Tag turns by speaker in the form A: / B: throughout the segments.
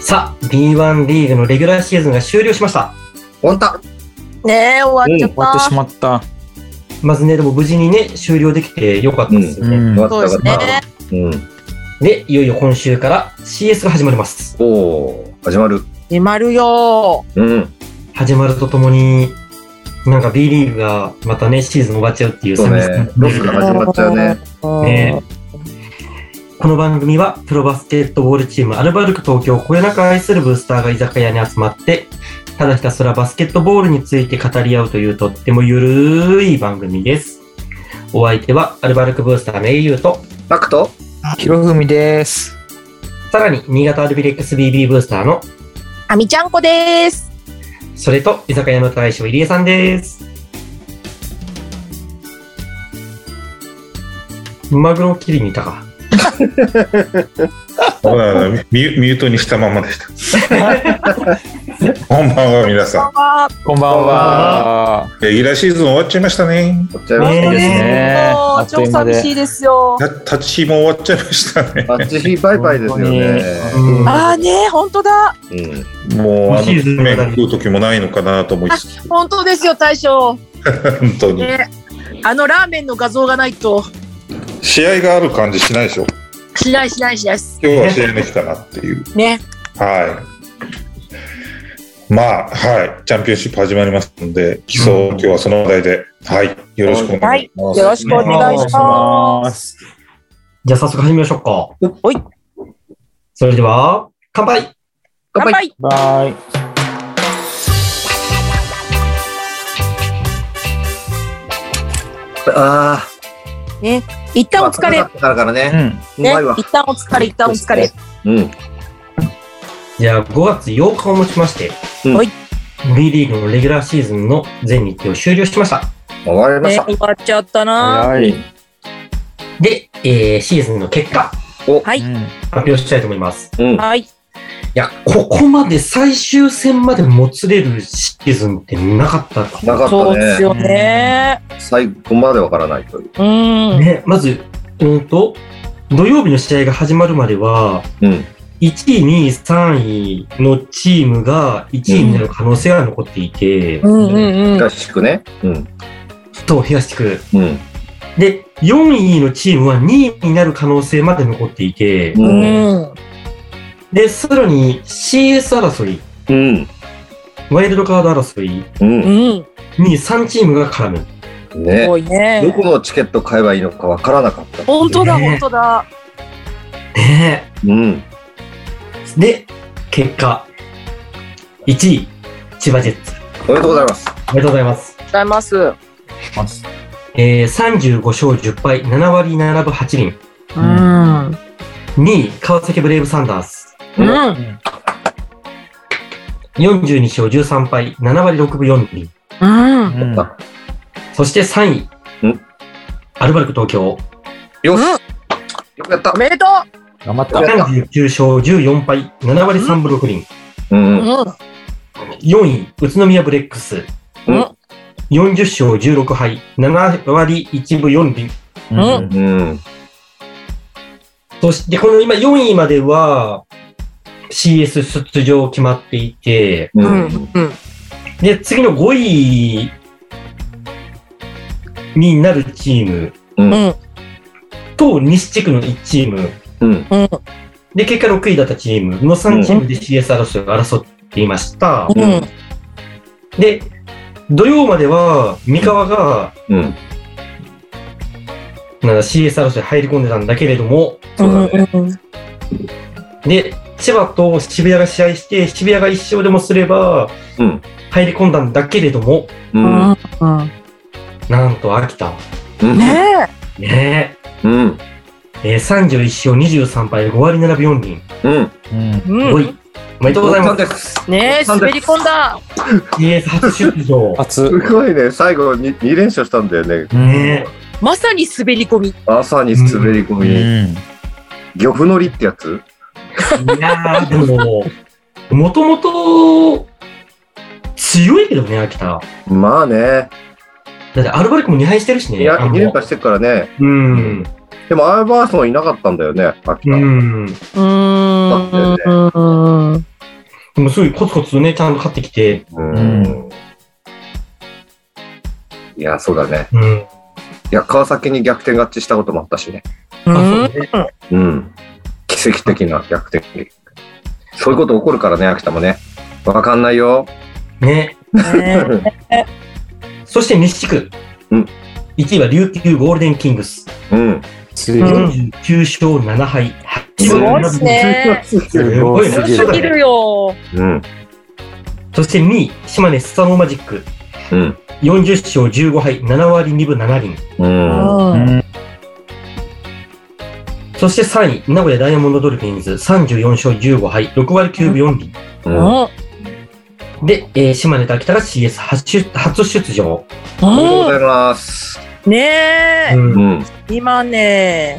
A: さあ、B1 リーグのレギュラーシーズンが終了しました。
B: 終わった
C: ねえ、終わっちゃった。
D: 終わってしまった。
A: まずね、でも無事にね、終了できてよかったですよね。
D: うん
B: 終わった
C: そうです
B: 終わった
C: ね。
B: うん。
A: で、いよいよ今週から CS が始まります。
B: おお始まる。
C: 始まるよ。
B: うん。
A: 始まるとともに、なんか B リーグがまたね、シーズン終わっちゃうっていう
B: そう
A: 寂し
B: ね
A: さ。
B: ロスが始まっちゃうね。
A: ねこの番組はプロバスケットボールチームアルバルク東京をこよなく愛するブースターが居酒屋に集まってただひたすらバスケットボールについて語り合うというとってもゆるい番組ですお相手はアルバルクブースターの英雄と
B: バクト
D: ひろふみです。
A: さらに新潟アルビレックス BB ブースターの
C: あみちゃんこです。
A: それと居酒屋の大将入江さんですマグロを切りに行ったか
E: そうなのミュミュートにしたままでした。 こんばんは、皆さ
C: あ
D: こんばんは。
E: ん。レギュラーシーズン終わっちゃいましたね。
B: 終わっちゃいまし
A: ね
B: たね。
D: ね
C: も
D: あ
C: う
D: っと
C: 超
D: いう間
C: 寂し
D: で。。
C: いですよ。
E: た立ち日も終わっちゃいましたね。
B: あっちひバイバイですよね。
A: うん
C: ああね、本当だ。
B: うん。
E: もう、あの、
A: シーズン
E: 麺食う時もないのかなと思いつつ、
C: 本当ですよ、大将。
E: 本当に。
C: ね。あのラーメンの画像がないと。
E: 試合がある感じしないでしょ。
C: しないしないしないです。
E: 今日は試合できたなっていう。
C: ね。
E: はい。まあ、はい。チャンピオンシップ始まりますので、基礎、今日はその話題で、はい。よろしくお願いします。
C: よろしくお願いします
A: じゃあ早速始めましょうか
C: おい
A: それでは乾杯
C: 乾杯。
D: バイ。
B: あ
C: 一
B: あ。
C: 旦お疲れ
B: まあ。暖かかったから
D: う
B: ね。
D: ん。
B: う
C: ね
B: まいわ。。
C: 一旦お疲れ、一旦お疲れ。
B: うん。
A: じゃあ5月8日をもちまして、
B: うん
C: はい
A: B リーグのレギュラーシーズンの全日程を終了しました。
B: 終わりまし
C: ね、
B: た。
C: 終わっちゃったな。
D: 早い。
A: で、えーシーズンの結果
B: お
C: はい
D: うん
A: 発表したいと思います。い
B: うん。
C: はい。
A: や、ここまで最終戦までもつれるシーズンってなかったか
B: なかった
C: そうです
B: ね。
C: よね。
B: 最後までわからないという。
C: うん。
A: ね、まず、うんと、土曜日の試合が始まるまでは、
B: うん。
A: 1位、2位、3位のチームが1位になる可能性が残っていて、
C: うんうんうん。
B: 東地区ね。うん。
A: と、東地区。
B: うん。
A: で、4位のチームは2位になる可能性まで残っていて、
B: うん。
C: うん。
A: で、さらに CS 争い、
B: うん。。
A: ワイルドカード争いう
C: うんん。
A: に3チームが絡む。
C: す
B: ね。
C: ごい
B: ど
C: ね
B: こ。のチケット買えばいいのかわからなかった。
C: 本当だ、
A: ね
C: 本当だ。
A: ね
B: うん。
A: えで、結果、1位、千葉ジェッツ。
B: おめでとうございます。
A: おめでとうございます。
C: ございます。う
A: えー、35勝10敗、7割7分8厘。
C: ん。
A: 2位、川崎ブレイブサンダース。
C: うん。
A: 42勝13敗、7割6分4厘。
C: うん。
D: うん
A: そして3位、
B: ん
A: アルバルク東京。
B: よし。よくやった
C: お。めでと
D: 頑張った。
A: 39勝14敗、7割3分6厘。
B: うん
C: う。う
A: 4位、宇都宮ブレックス。
B: うん
A: 40勝16敗、7割1分4厘。
C: う
D: う
C: ん。
D: ん。
B: うん。
A: そして、この今4位までは、CS 出場決まっていて、
B: うんん。
C: うん。
A: で、次の5位になるチーム
C: うん。
A: と西地区の1チーム、
B: うん。
C: うん。
A: で、結果6位だったチームの3チームで CS 争いを争っていました。
C: うん。
A: で、土曜までは三河が
B: うん。
A: なんだ CS 争い入り込んでたんだけれども、
B: そうだね。
C: うん。
A: で、千葉と渋谷が試合して、渋谷が一勝でもすれば
B: うん。
A: 入り込んだんだけれども、
B: う。
C: うんん。うん。
A: なんと秋田。
B: うん。
C: ね
A: ね
B: うん。
A: え、えー、31勝23敗、5割7分4厘。
B: うん。
D: うん
C: え。
A: 5
C: うん。
A: 位。おめでとうございます。
B: す。
C: ねえ、滑り込んだ。
A: CS 初出場。
D: 初。
B: すごいね。最後に二連勝したんだよね。
A: ね
C: まさに滑り込み。
B: 朝に滑り込
D: う
B: み。
D: ん。
B: 漁夫のりってやつ
A: え。いやー、でも、もともと、強いけどね、秋田。
B: まあね。
A: だってアルバルクも2敗してるしね。
B: いや、
A: あの
B: 2連覇してるからね。
A: うん。
B: でも、アイバーソンいなかったんだよね、秋田。
A: うん。
C: うん。うん。
A: でもすごいコツコツね、ちゃんと勝ってきて、
B: うん。いや、そうだね。
A: うん。
B: いや、川崎に逆転勝ちしたこともあったしね。
A: あ
C: ん
A: そうね
B: うん。奇跡的な逆転劇。そういうこと起こるからね、秋田もね。わかんないよ。
A: ね。
C: ね
A: そして西地区。
B: うん
A: 1位は琉球ゴールデンキングス。
B: うん。
D: す
C: う
D: ごい。
A: 49勝7敗。
C: すごいっすね。
A: すごい
D: す
A: な
D: ごい
C: すぎるよ。
B: うん。
A: そして2位、島根スサノーマジック。
B: うん。
A: 40勝15敗、7割2分7厘。
B: うん。
D: うん
A: そして3位、名古屋ダイヤモンドドルフィンズ。34勝15敗、6割9分4厘。
B: う。
C: うんん。
A: で、えー島根と秋田が CS 初出初出場。
B: おめでとうご
C: う
B: ざいます。
C: ん。ねえ。
A: うん
B: うん。
C: 今ね。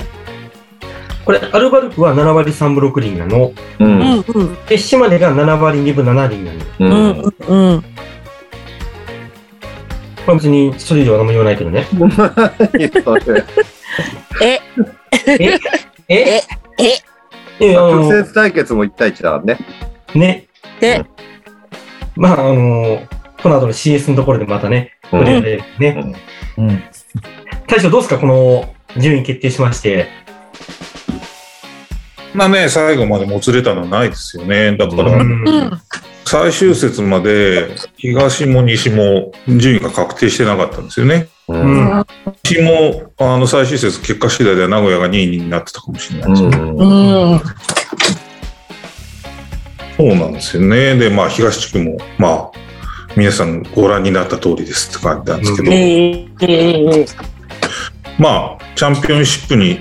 A: これ、アルバルクは7割3分6厘なの。
B: う。
C: うんんうん
A: で、島根が7割2分7厘なの。
B: う
C: うん
B: ん。
C: うん。
A: これ別にそれ以上は何も言わないけどね。
C: え、
A: ええ
C: え
A: えあ
B: 直
A: の、
B: 接対決も1対1だからね。
A: ね。
C: で、
A: まあ、あのこの後の CS のところでまたね、
B: う
A: 触れら
B: ん。
A: れるね。
D: うん。
A: 大将どうですかこの順位決定しまして。
E: そんなね、最後までもつれたのはないですよね。だか
A: う
E: ら、
A: ん
C: うん。
E: 最終節まで東も西も順位が確定してなかったんですよね。
B: う。
A: うんん
E: 西も、あの、最終節結果次第では名古屋が2位になってたかもしれないですね。
C: うん。
E: そうなんですよね。で、まあ、東地区も、まあ、皆さんご覧になった通りですって感じなんですけど、
C: えええ
E: まあ、チャンピオンシップに、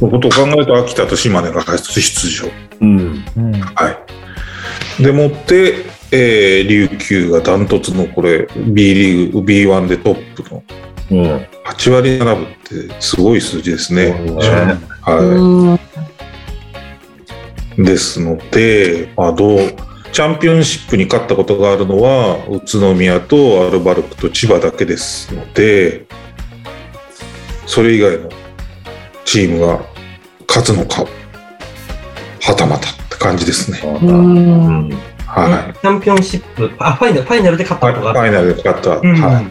E: のことを考えると、秋田と島根が初出場。
B: うん。
D: うん。
E: はい。でもって、えー琉球がダントツのこれ、B リーグ、B1 でトップの
B: うん。
E: 8割7分ってすごい数字ですね。
B: そうね
E: は
C: うん。
E: い。ですので、まあ、どう、チャンピオンシップに勝ったことがあるのは、宇都宮とアルバルクと千葉だけですので、それ以外のチームが勝つのか、はたまたって感じですね。
C: うん。
B: うん。
E: はい。
A: チャンピオンシップ、あ、ファイナル、ファイナルで勝っ
E: フ
A: たことがある。
E: ァイナルで勝っ
A: う
E: た。
A: ん
E: はい。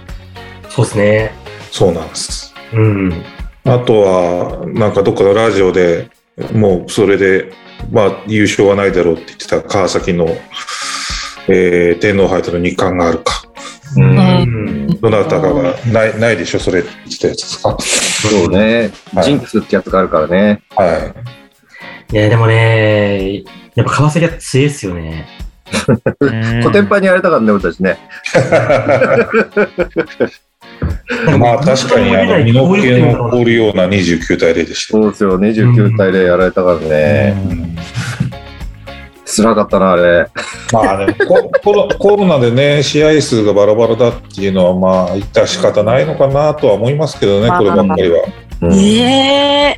A: そうですね。
E: そうなんです。
A: うん。
E: あとは、なんかどっかのラジオでもうそれで、まあ優勝はないだろうって言ってた川崎の、えー天皇杯との日韓があるか。
B: うん。
A: うん。
E: どなたかがない、ないでしょそれって言ってたやつですか。
B: そうね。
E: はい
B: ジンクスってやつがあるからね。
E: はい
A: や、でもね、やっぱ川崎は強いですよね。
B: コテンパンにやられたからね、俺たちね。
E: い。まあ確かに、あの、身の毛の凍るような29対0でした。
B: そうですよ、29対0やられたからね。辛かったな、あれ。
E: まあでもココロコロナでね、試合数がバラバラだっていうのは、まあ、いった仕方ないのかなとは思いますけどね、こればっかりは。
B: うん
C: ええ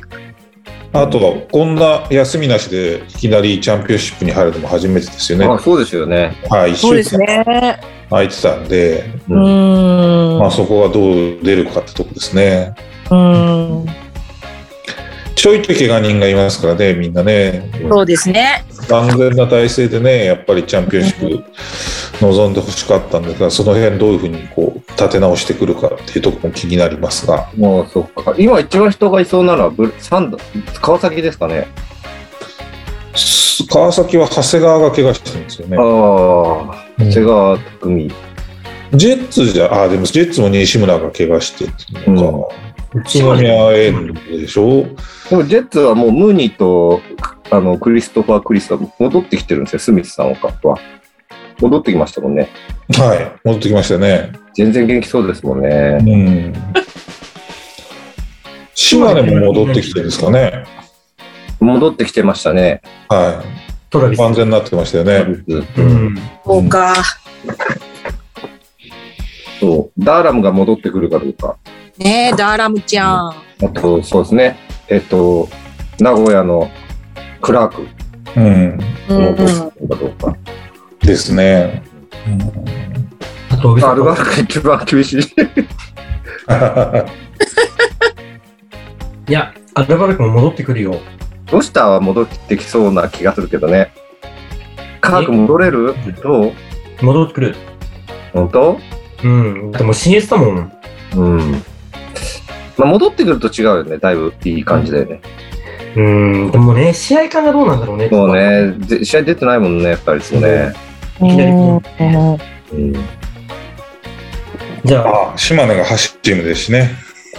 E: あとは、こんな休みなしでいきなりチャンピオンシップに入るのも初めてですよね。
B: あそうですよね。
E: はい、
C: そう
E: 1
C: で
E: 週
C: す
E: 間
C: ね。
E: 空いてたんで、
C: う
B: うん
C: ん。
E: まあ、そこがどう出るかってとこですね。
C: うん。
E: ちょいちょい怪我人がいますからね、みんなね。
C: そうですね。
E: 万全な体制でね、やっぱりチャンピオンシップ望んでほしかったんですが、その辺どういうふうにこう立て直してくるかっていうところも気になりますが、
B: もうそっか。今一番人がいそうなのはブル、サンド、川崎ですかね。
E: す川崎は長谷川が怪我してるんですよね
B: あ。あ、
E: うん
B: 瀬川匠。
E: ジェッツじゃ、あ、でもジェッツも西村が怪我してるのか。
A: う
E: 宇都宮へのでしょ、
B: でもジェッツはもうムーニーと、あの、クリストファー・クリスは戻ってきてるんですよ、スミスさんは。戻ってきましたもんね。
E: はい、戻ってきましたね。
B: 全然元気そうですもんね。
E: うん。島根も戻ってきてるんですかね。
B: 戻ってきてましたね。
E: は
A: トラ
E: い。
A: ビス。
E: 万全になってましたよね。
B: うん
A: うん。
C: そうか。
B: そう。ダーラムが戻ってくるかどうか。
C: ねえ、ダーラムちゃん。
B: あと、そうですね。えっと、名古屋のクラーク
E: うん。
C: うん。
B: 戻してくるかどうか。
E: ですね。
A: あと、
B: アルバルクが一番厳しい。
A: いや、アルバルクも戻ってくるよ。
B: ロシターは戻ってきそうな気がするけどね。科学戻れるどう
A: 戻ってくる。
B: 本当
A: うん。でも CS だもん。
B: うん。まあ、戻ってくると違うよね。だいぶいい感じだよね。
A: うん。でもね、試合感がどうなんだろうね。
B: そう。ね、で試合出てないもんね、二人ともね。
A: いきなりピン
C: うん
B: うん。
A: じゃあ、
E: あ島根が走チームですしね。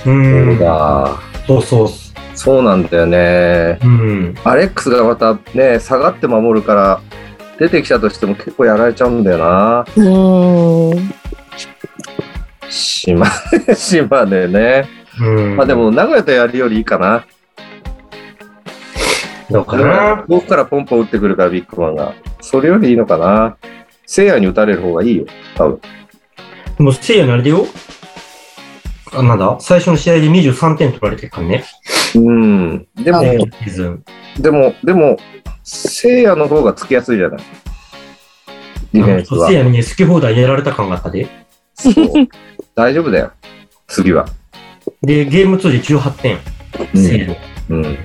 A: う
B: そ
A: ん
B: う。だ。
A: そうそう。
B: そうなんだよね。
A: うん。
B: アレックスがまたね、下がって守るから、出てきたとしても結構やられちゃうんだよな。
C: うん。
B: 島 根、島根ね。
A: うん。
B: まあで、も、名古屋とやるよりいいかな。
A: どうかな。
B: 僕からポンポン打ってくるから、ビッグマンが。それよりいいのかな。聖夜に打たれる方がいいよ、多分。
A: でも、せいやにあれだよ。あ、なんだ最初の試合で23点取られてるからね。
B: うん。でも、
C: は
A: シーズン。
B: でも、でも、聖夜の方がつきやすいじゃない。ディフェンス
A: そう
B: は
A: せい。やにね、好き放題やられた感があったで。
B: そう大丈夫だよ、次は。
A: で、ゲーム2で18点。せいやに。
B: うん。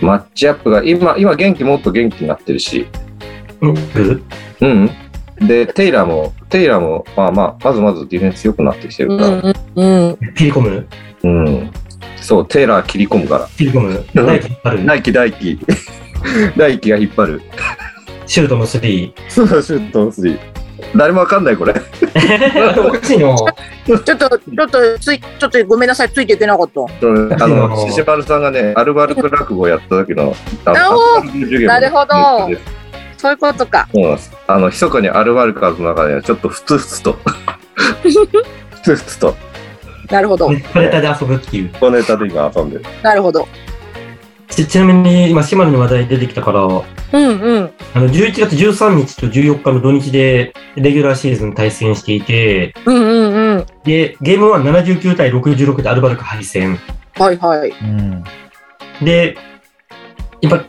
B: マッチアップが、今、今元気もっと元気になってるし、
A: うん。
B: うん。で、テイラーも、テイラーも、まあまあ、まずまずディフェンス良くなってきて
C: う
B: るから、
C: ん。うん。
A: 切り込む
B: うん。そう、テイラー切り込むから。
A: 切り込む。大輝引っ張る。
B: 大輝、大輝。 大輝が引っ張る。
A: シュートのスリー。
B: そう、シュートのスリー。誰もわかんない、これ。
A: おかしいの。
C: ちょっと、ちょっと、つい、ちょっとごめんなさい、ついていけなかった。
B: あ
A: あの
B: の、獅子丸さんがね、アルバルク落語をやった時の、あの
C: あ
B: アルバルク授業の
C: なるほど
B: そう
C: そういうことか。
B: なんです。あの、密かにアルバルカーズの中では、ちょっとふつふ つと、ふつふつと、
C: なるほど。
A: パレタで遊ぶっていう。
B: このネタで今遊んでる。
C: なるほど。
A: ちちなみに、今、島根の話題出てきたから、あ
C: うんうん。
A: の、11月13日と14日の土日で、レギュラーシーズン対戦していて、
C: うんうんうん。
A: で、ゲームは79対66でアルバルク敗戦。
C: はいはい。
D: うん。
A: で、やっぱ、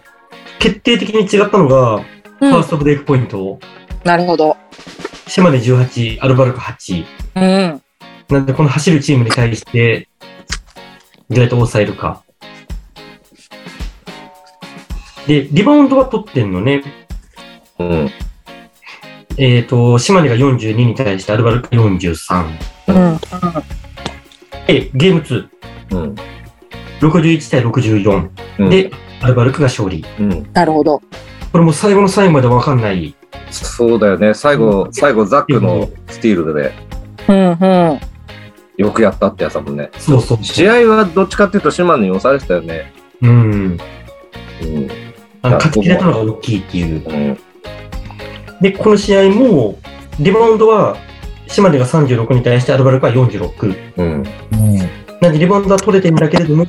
A: 決定的に違ったのが、
C: う
A: ファー
C: ん
A: ス。トブレイクポイント。
C: なるほど。
A: 島根18、アルバルク8。
C: うん。
A: なんで、この走るチームに対して、どうやって抑えるか。で、リバウンドは取ってんのね。
B: うん。
A: えっ、と、島根が42に対してアルバルク43。
C: うん。
A: で、ゲーム2、
B: うん。
A: 61対64。
B: うん、
A: で、アルバルクが勝利。
B: うん。
C: なるほど。
A: これもう最後の最後までわかんない。
B: そうだよね。最後、最後、ザックのスティールでね、
C: うんうん。
B: よくやったってやつだもんね。
A: そうそう。
B: 試合はどっちかっていうと、島根に押されてたよね。
A: うん。
B: うん。
A: あの、勝ち切れたのが大きいっていう。
B: うん。
A: で、この試合も、リバウンドは、島根が36に対してアルバルクは46。
B: うん。
D: うん。
A: なんで、リバウンドは取れてるんだけれども、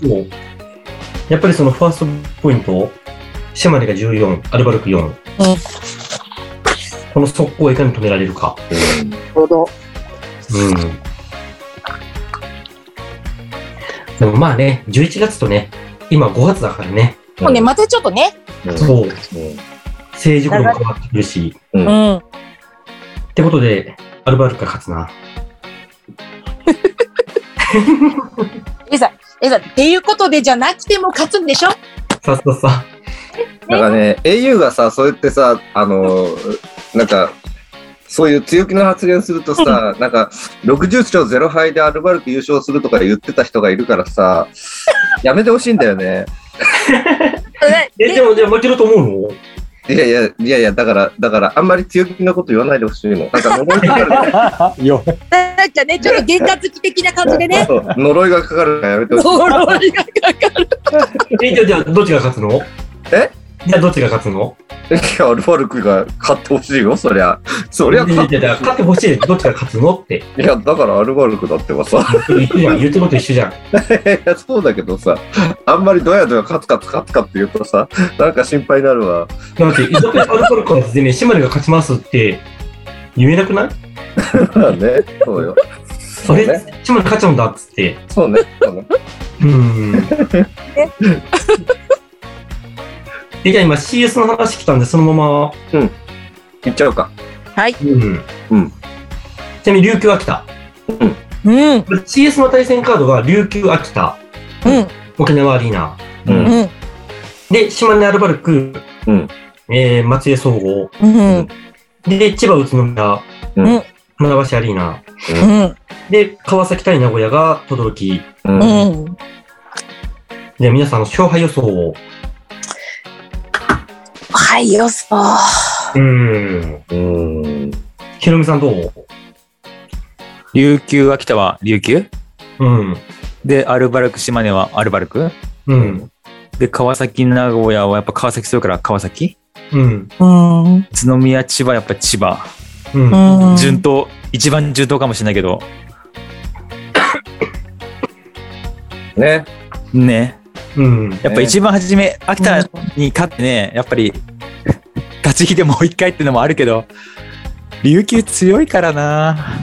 A: やっぱりそのファーストポイント、島根が14、アルバルク4。この速攻をいかに止められるか。
C: なるほど。
A: うん。でもまあね、11月とね、今5月だからね、
C: もうね、またちょっとね。。
B: うん。
A: そう、政治力も変わってくるし、
B: うん
A: ってことで、アルバルクが勝つな。
C: えざ、えざ、っていうことでじゃなくても勝つんでしょ
A: さっさっさ。
B: なんかね、au がさ、そうやってさ、あのーなんか、そういう強気な発言するとさ、なんか、60勝0敗でアルバルク優勝するとか言ってた人がいるから さ、やめてほしいんだよね。
A: え、でも、じゃあ負けると思うの
B: いやいや、いやいや、だから、だから、あんまり強気なこと言わないでほしいの。なんか呪いかかるか
D: よ。
C: なんかね、ちょっと験担ぎ的な感じで
B: ら、
C: ね。
B: そう呪いがかかるからやめてほしい。
C: 呪いがかかる。
A: え、じゃあ、じゃあどっちが勝つの
B: え
A: じゃあ、どっちが勝つの
B: いやアルバルクが勝ってほしいよ、そりゃ。そりゃ
A: いや
B: 勝
A: いやいや勝ってほしい。どっちが勝つのって。
B: いや、だからアルバルクだってばさ。
A: 言ってるやん言ってること一緒じゃん。
B: いや、そうだけどさ、あんまりドヤドヤカツカツカツカって言うとさ、なんか心配になるわ。
A: だって、伊沢アルバルクはね、島根が勝ちますって言えなくない
B: まあね、そうよ。
A: あ
B: そう
A: れ
B: ね、
A: 島根勝っちゃうんだっつって。
B: そうね、そうね。
A: うん。え、じゃあ今 CS の話来たんで、そのまま。
B: 行っちゃうか。
A: うん。
B: うん
A: ちなみに琉球秋田。
C: うん。うん。
A: CS の対戦カードが琉球秋田、沖縄アリーナ。
B: うん
C: うん。
A: で、島根アルバルク、
B: うん
A: えー、松江総合。
C: うん。
A: で、千葉、宇都宮、
B: うん
A: 船橋アリーナ。
C: うん。
A: で、川崎対名古屋が轟。
B: うん
C: うん。
A: で、皆さんの勝敗予想を。
C: はい、よそう。
A: うん。
B: うん
A: ヒロミさんどう
D: 琉球、秋田は琉球
A: うん。
D: で、アルバルク、島根はアルバルク
A: うん。
D: で、川崎、名古屋はやっぱ川崎強いから川崎
A: うん。
C: うん。うん。
D: 宇都宮、千葉、やっぱ千葉。
A: うん。
D: 順当、一番順当かもしれないけど、
B: ね。
D: ね。
A: うん。
D: やっぱ一番初め、秋田に勝ってね、やっぱり、 立ち火でもう一回っていうのもあるけど、琉球強いからな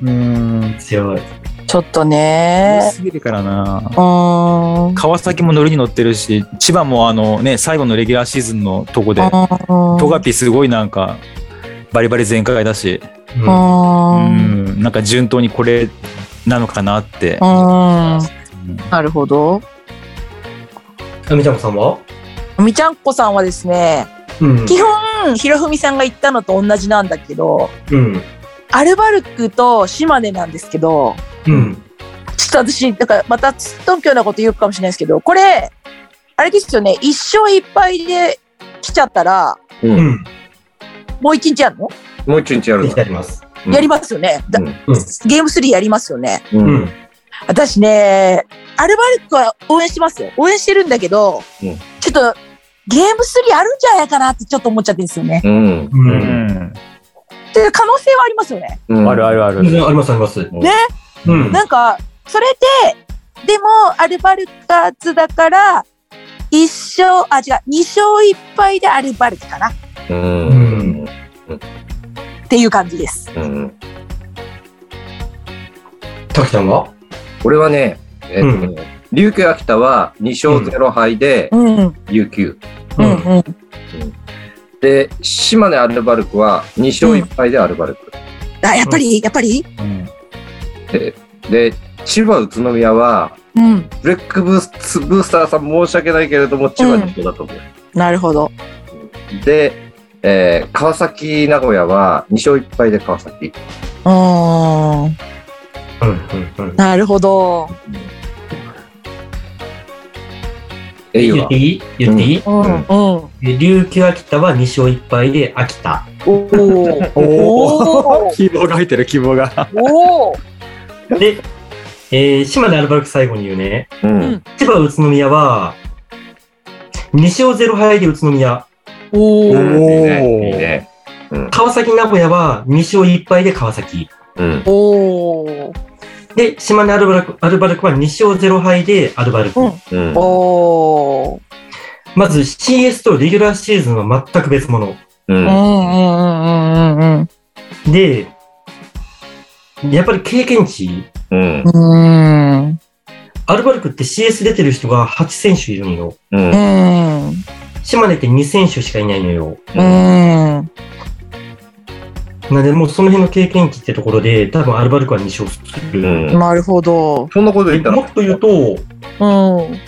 C: うん。
D: うん。
A: 強い。
C: ちょっと
D: 強
C: ね。
D: すぎるからな
C: うん。うん。
D: 川崎も乗りに乗ってるし、千葉もあのね、最後のレギュラーシーズンのとこで、トガピすごいなんか、バリバリ全開だし、
A: うん
D: う
C: うん。
D: ん、なんか順当にこれなのかなって。
C: うん。なるほど。
A: あみちゃんこさんは
C: みちゃんこさんはですね、
A: うん。
C: 基本、ひろふみさんが言ったのと同じなんだけど、
A: うん。
C: アルバルクと島根なんですけど、
A: うん。
C: ちょっと私、だからまたすっとんきょうなこと言うかもしれないですけど、これ、あれですよね、一生いっぱいで来ちゃったら、
B: うん
A: うん。
C: もう一日やるの、
B: もう一日やる
A: でき
B: な
A: てあります。
B: うん
C: やりますよね。だ
B: うん
C: ゲーム3やりますよね。
B: う。
A: うんん。
C: 私ね、アルバルクは応援してますよ。応援してるんだけど、
B: うん
C: ちょっと、ゲーム3あるんじゃないかなってちょっと思っちゃってるんですよね。
B: うん。
A: う。
D: うんん。
C: という可能性はありますよね。
B: うん
D: あるあるあ
A: 全
D: る。
A: 然あります、あります。
B: ね
A: うん。
C: なんか、それで、でも、アルバルカーズだから、一勝、あ、違う、二勝一敗でアルバルクかなっ
B: うん。
C: ていう感じです。
B: うん。
A: たきちゃんは
B: 俺はね、えっとね、琉球秋田は2勝0敗で
C: うん、うん、
B: 琉球。
A: うん。
C: うん。
B: で、島根アルバルクは2勝1敗でアルバルク。
C: あ、やっぱり、やっぱり
D: うん
B: で、千葉宇都宮は、
C: うん。
B: ブレックブースブースターさん申し訳ないけれども、千葉に人だと思う。
C: なるほど。
B: で、えー川崎名古屋は2勝1敗で川崎。
C: うー
A: う
C: ん。
A: ん。うん。
C: なるほど。
B: 英雄
A: 言っ
B: は
A: て。いい言っていい
C: うん。うん。お
A: で琉球秋田は2勝1敗で秋田。
C: ー。おー。
D: 希望が入ってる、希望が。
C: おー。
A: で、えー、島根アルバルク最後に言うね。
B: うん。
A: 千葉、宇都宮は、2勝0敗で宇都宮。
C: お
B: うんい
C: ー。
B: いね。いいね。
A: 川崎、名古屋は2勝1敗で川崎。
B: うん。
C: おー。
A: で、島根アルバルクアルバルクは2勝0敗でアルバルク。
C: う
B: う
C: ん
B: ん。
C: おー。
A: まず CS とレギュラーシーズンは全く別物。
B: うん
C: うんうんうんうん
A: で、やっぱり経験値、
B: うん。
C: うん。うん。
A: アルバルクって CS 出てる人が8選手いるのよ。
B: うん。
C: うん。
A: 島根って2選手しかいないのよ。
C: うん。
A: なんで、もうその辺の経験値ってところで、多分アルバルクは2勝する。
B: うん
C: なるほど。
B: そんなこと
A: で
B: 言った
A: もっ
B: ら、
A: と言うと、
C: うん。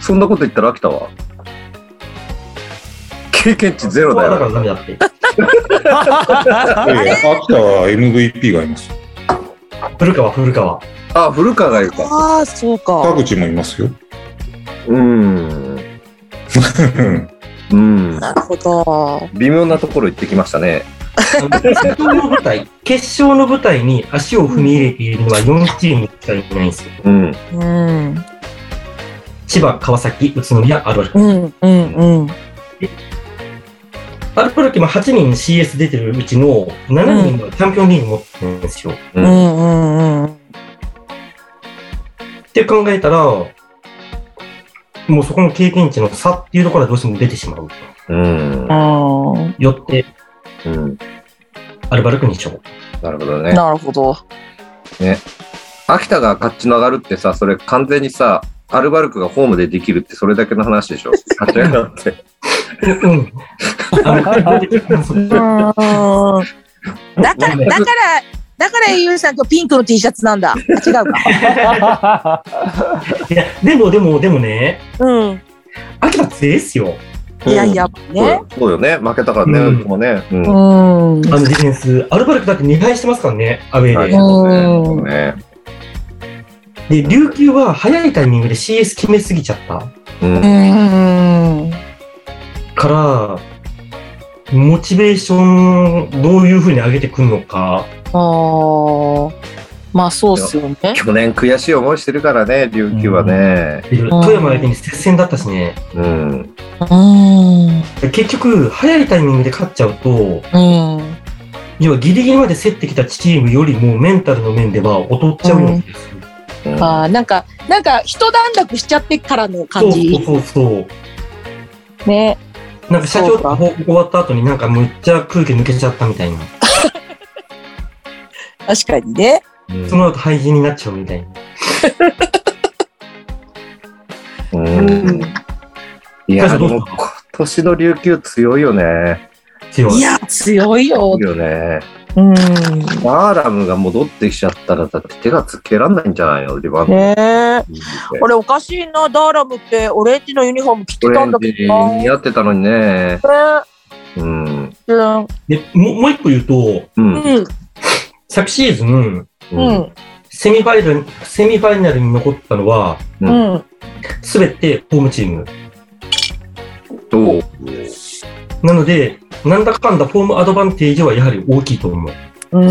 B: そんなこと言ったら秋田は経験値ゼロだ
A: だから
B: よ。
A: ダメだって。
E: いやいや秋田は MVP がいます。
A: 古川、古川。
B: あ、古川がいるか。
C: ああ、そう
E: 田
C: か。
E: 口もいますよ。
B: うん。うん。
C: なるほど。
B: 微妙なところ行ってきましたね。
A: あの決勝の舞台、決勝の舞台に足を踏み入れているのは4チームしかいないんですよ。
B: うん。
C: うん。
A: 千葉、川崎、宇都宮、アルバルク。
C: うんうんうん。
A: アルバルク今8人 CS 出てるうちの7人がチャンピオンリーグ持ってるんですよ。
B: う。
C: うんんうん
A: って考えたら、もうそこの経験値の差っていうところはどうしても出てしまう。
B: うん。
C: うん。
A: よって、
B: うん。
A: アルバルク2勝。
B: なるほどね。
C: なるほど。
B: 秋田が勝ち上がるってさ、それ完全にさ、アルバルクがホームでできるってそれだけの話でしょ。勝ち上がって。
A: うん。あの
C: だから、だから、だから、ゆうさん今日ピンクの T シャツなんだ。あ違うか。
A: いやでもでもでもね、
C: うん。
A: 秋田強いっすよ。
C: いやいや、ね。
B: そうよね。負けたからね、
A: うん
B: うちもね。うん。
F: う
B: は
F: ん。うん
A: あのディフェンス、アルバルクだって2敗してますからね、アウェー
B: い
A: で。
B: そうねそうね。
A: で、琉球は早いタイミングで CS 決めすぎちゃった
B: うん。
F: うん。
A: から、モチベーションどういうふうに上げてくるのか。
F: ああ。まあ、そうっすよね。
B: 去年悔しい思いしてるからね、琉球はね。
A: で富山相手に接戦だったしね。
B: うん。
F: うん。
A: で結局、早いタイミングで勝っちゃうと、
F: うん。
A: 要はギリギリまで競ってきたチームよりもメンタルの面では劣っちゃうんですよ。
B: うん
F: あーなんか、なんか、一段落しちゃってからの感じ。
A: そうそうそう
F: ね。
A: そう。なんか社長とか報告終わった後になんかむっちゃ空気抜けちゃったみたいな。
F: 確かにね。
B: うん
A: その後廃人になっちゃうみたいな。
B: うん。いや、でも今年の琉球強いよね。
A: 強い。
F: いや、強いよ
B: 強い。よね。
F: うん。
B: アーラムが戻ってきちゃったら、だって手がつけらんないんじゃないのリバウンド。
F: ねえ。
B: オ
C: あれおかしいな、ダーラムってオレンジのユニフォーム着てた
B: レ
C: ん
B: ン
C: だけ
B: ジ
C: どな。
B: 似合ってたのにね。うん。
C: うん、
A: でももう一個言うと、
B: うん。
A: 昨シーズン、
F: う
B: うん。
F: ん。
A: セミファイナル、セミファイナルに残ったのは、
F: うん。うん。
A: すべてホームチーム。
B: どう
A: なので、なんだかんだフォームアドバンテージはやはり大きいと思う。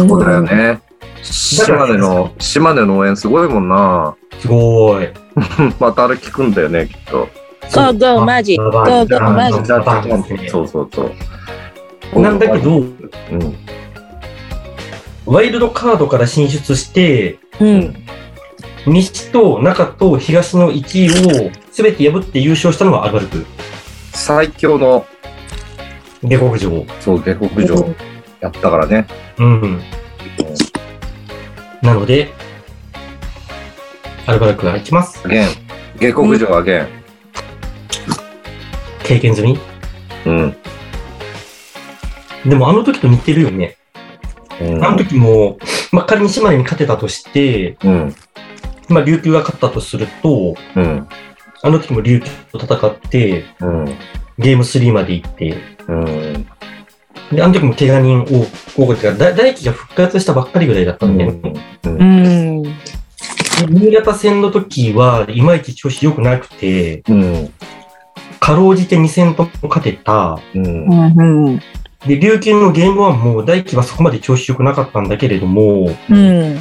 B: そうだよね。島根の、島根の応援すごいもんな。
A: すごーい。
B: またあれ聞くんだよね、きっと。
F: そうそうマジ
A: ババ
F: そうそ
A: ア
F: う
A: ババア
F: マジ
A: ババアですね
B: そうそうそう。
A: なんだけど、
B: うん、
A: ワイルドカードから進出して、
F: うん。
A: 西と中と東の1位を全て破って優勝したのはアルバルク。
B: 最強の、
A: 下克上。
B: そう、下克上やったからね。
A: うん。なので、アルバルクが行きます。
B: アゲン。下克上アゲン。
A: 経験済み。
B: うん。
A: でもあの時と似てるよね。
B: うん
A: あの時も、まあ、仮に島根に勝てたとして、
B: うん。
A: まあ、琉球が勝ったとすると、
B: うん。
A: あの時も琉球と戦って、
B: うん。
A: ゲーム3まで行って、
B: うん。
A: で、あの時も怪我人を多かったから、だ大輝が復活したばっかりぐらいだったんで、で
F: うん。
A: 新潟戦の時は、いまいち調子良くなくて、
B: うん。
A: かろうじて2戦とも勝てた。
B: うん
F: う。ん。
A: で、琉球のゲーム1も、大輝はそこまで調子良くなかったんだけれども、
F: うん。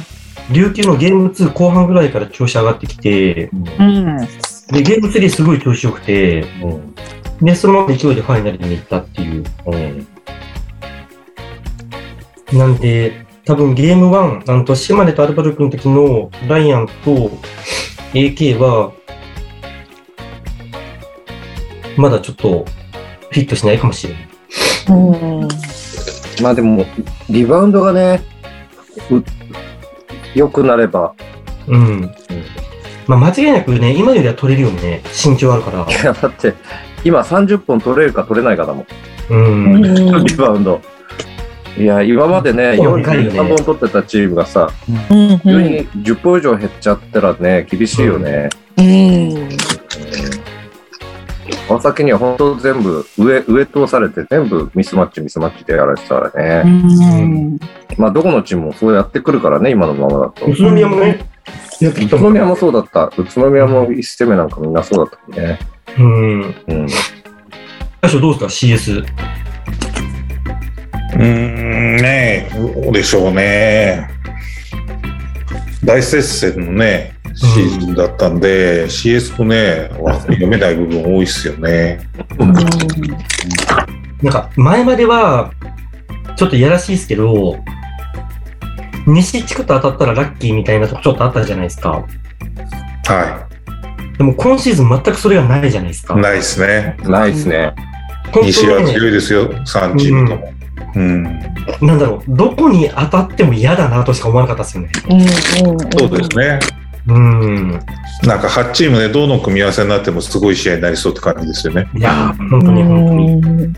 A: 琉球のゲーム2後半ぐらいから調子上がってきて、
F: うん。
A: で、ゲーム3すごい調子良くて、
B: うん。
A: で、そのまま勢いでファイナルに行ったっていう。
B: うん。
A: なんで、多分ゲーム1、あの、島根とアルバルクの時のライアンと AK は、まだちょっとフィットしないかもしれない。
F: うん。
B: まあでも、リバウンドがね、う良くなれば、
A: うん。まあ、間違いなくね、今よりは取れるよね。身長あるから。
B: いや、だって、今30本取れるか取れないかだもん、
A: うん。
B: リバウンド。いや、今までね、
A: そう高いよね
B: 43本取ってたチームがさ、急に10本以上減っちゃったらね、厳しいよね。
F: うん。
B: 川崎には本当全部上、上通されて、全部ミスマッチ、ミスマッチでやられてたから
F: う
B: ね。
F: ん。
B: まあ、どこのチームもそうやってくるからね、今のままだと。
A: 宇
B: 宇
A: 都宮もね、やってきたも
B: 都
A: んね
B: 宮もそうだった。宇都宮も1戦目なんかみんなそうだったもんね。
A: うん。
B: うん。
A: 最初どうですか ?CS。
E: うーんねえ、どうでしょうね。大接戦のね、シーズンだったんで、CS もね、わ読めない部分多いっすよね。
A: なんか、前までは、ちょっといやらしいですけど、西地区と当たったらラッキーみたいなとこちょっとあったじゃないですか。
E: は
A: でも今シーズン全くそれがないじゃないですか。
E: い。ないっすね。
B: ないですね。
A: 本
E: 西
A: 当
E: は
A: にね
E: 強いですよ、3チームとも。うん。
A: なんだろう、どこに当たっても嫌だなとしか思わなかったですよね。
E: そうですね。
A: うん。
E: なんか8チームでどの組み合わせになってもすごい試合になりそうって感じですよね。
A: いやー、本当に本当に。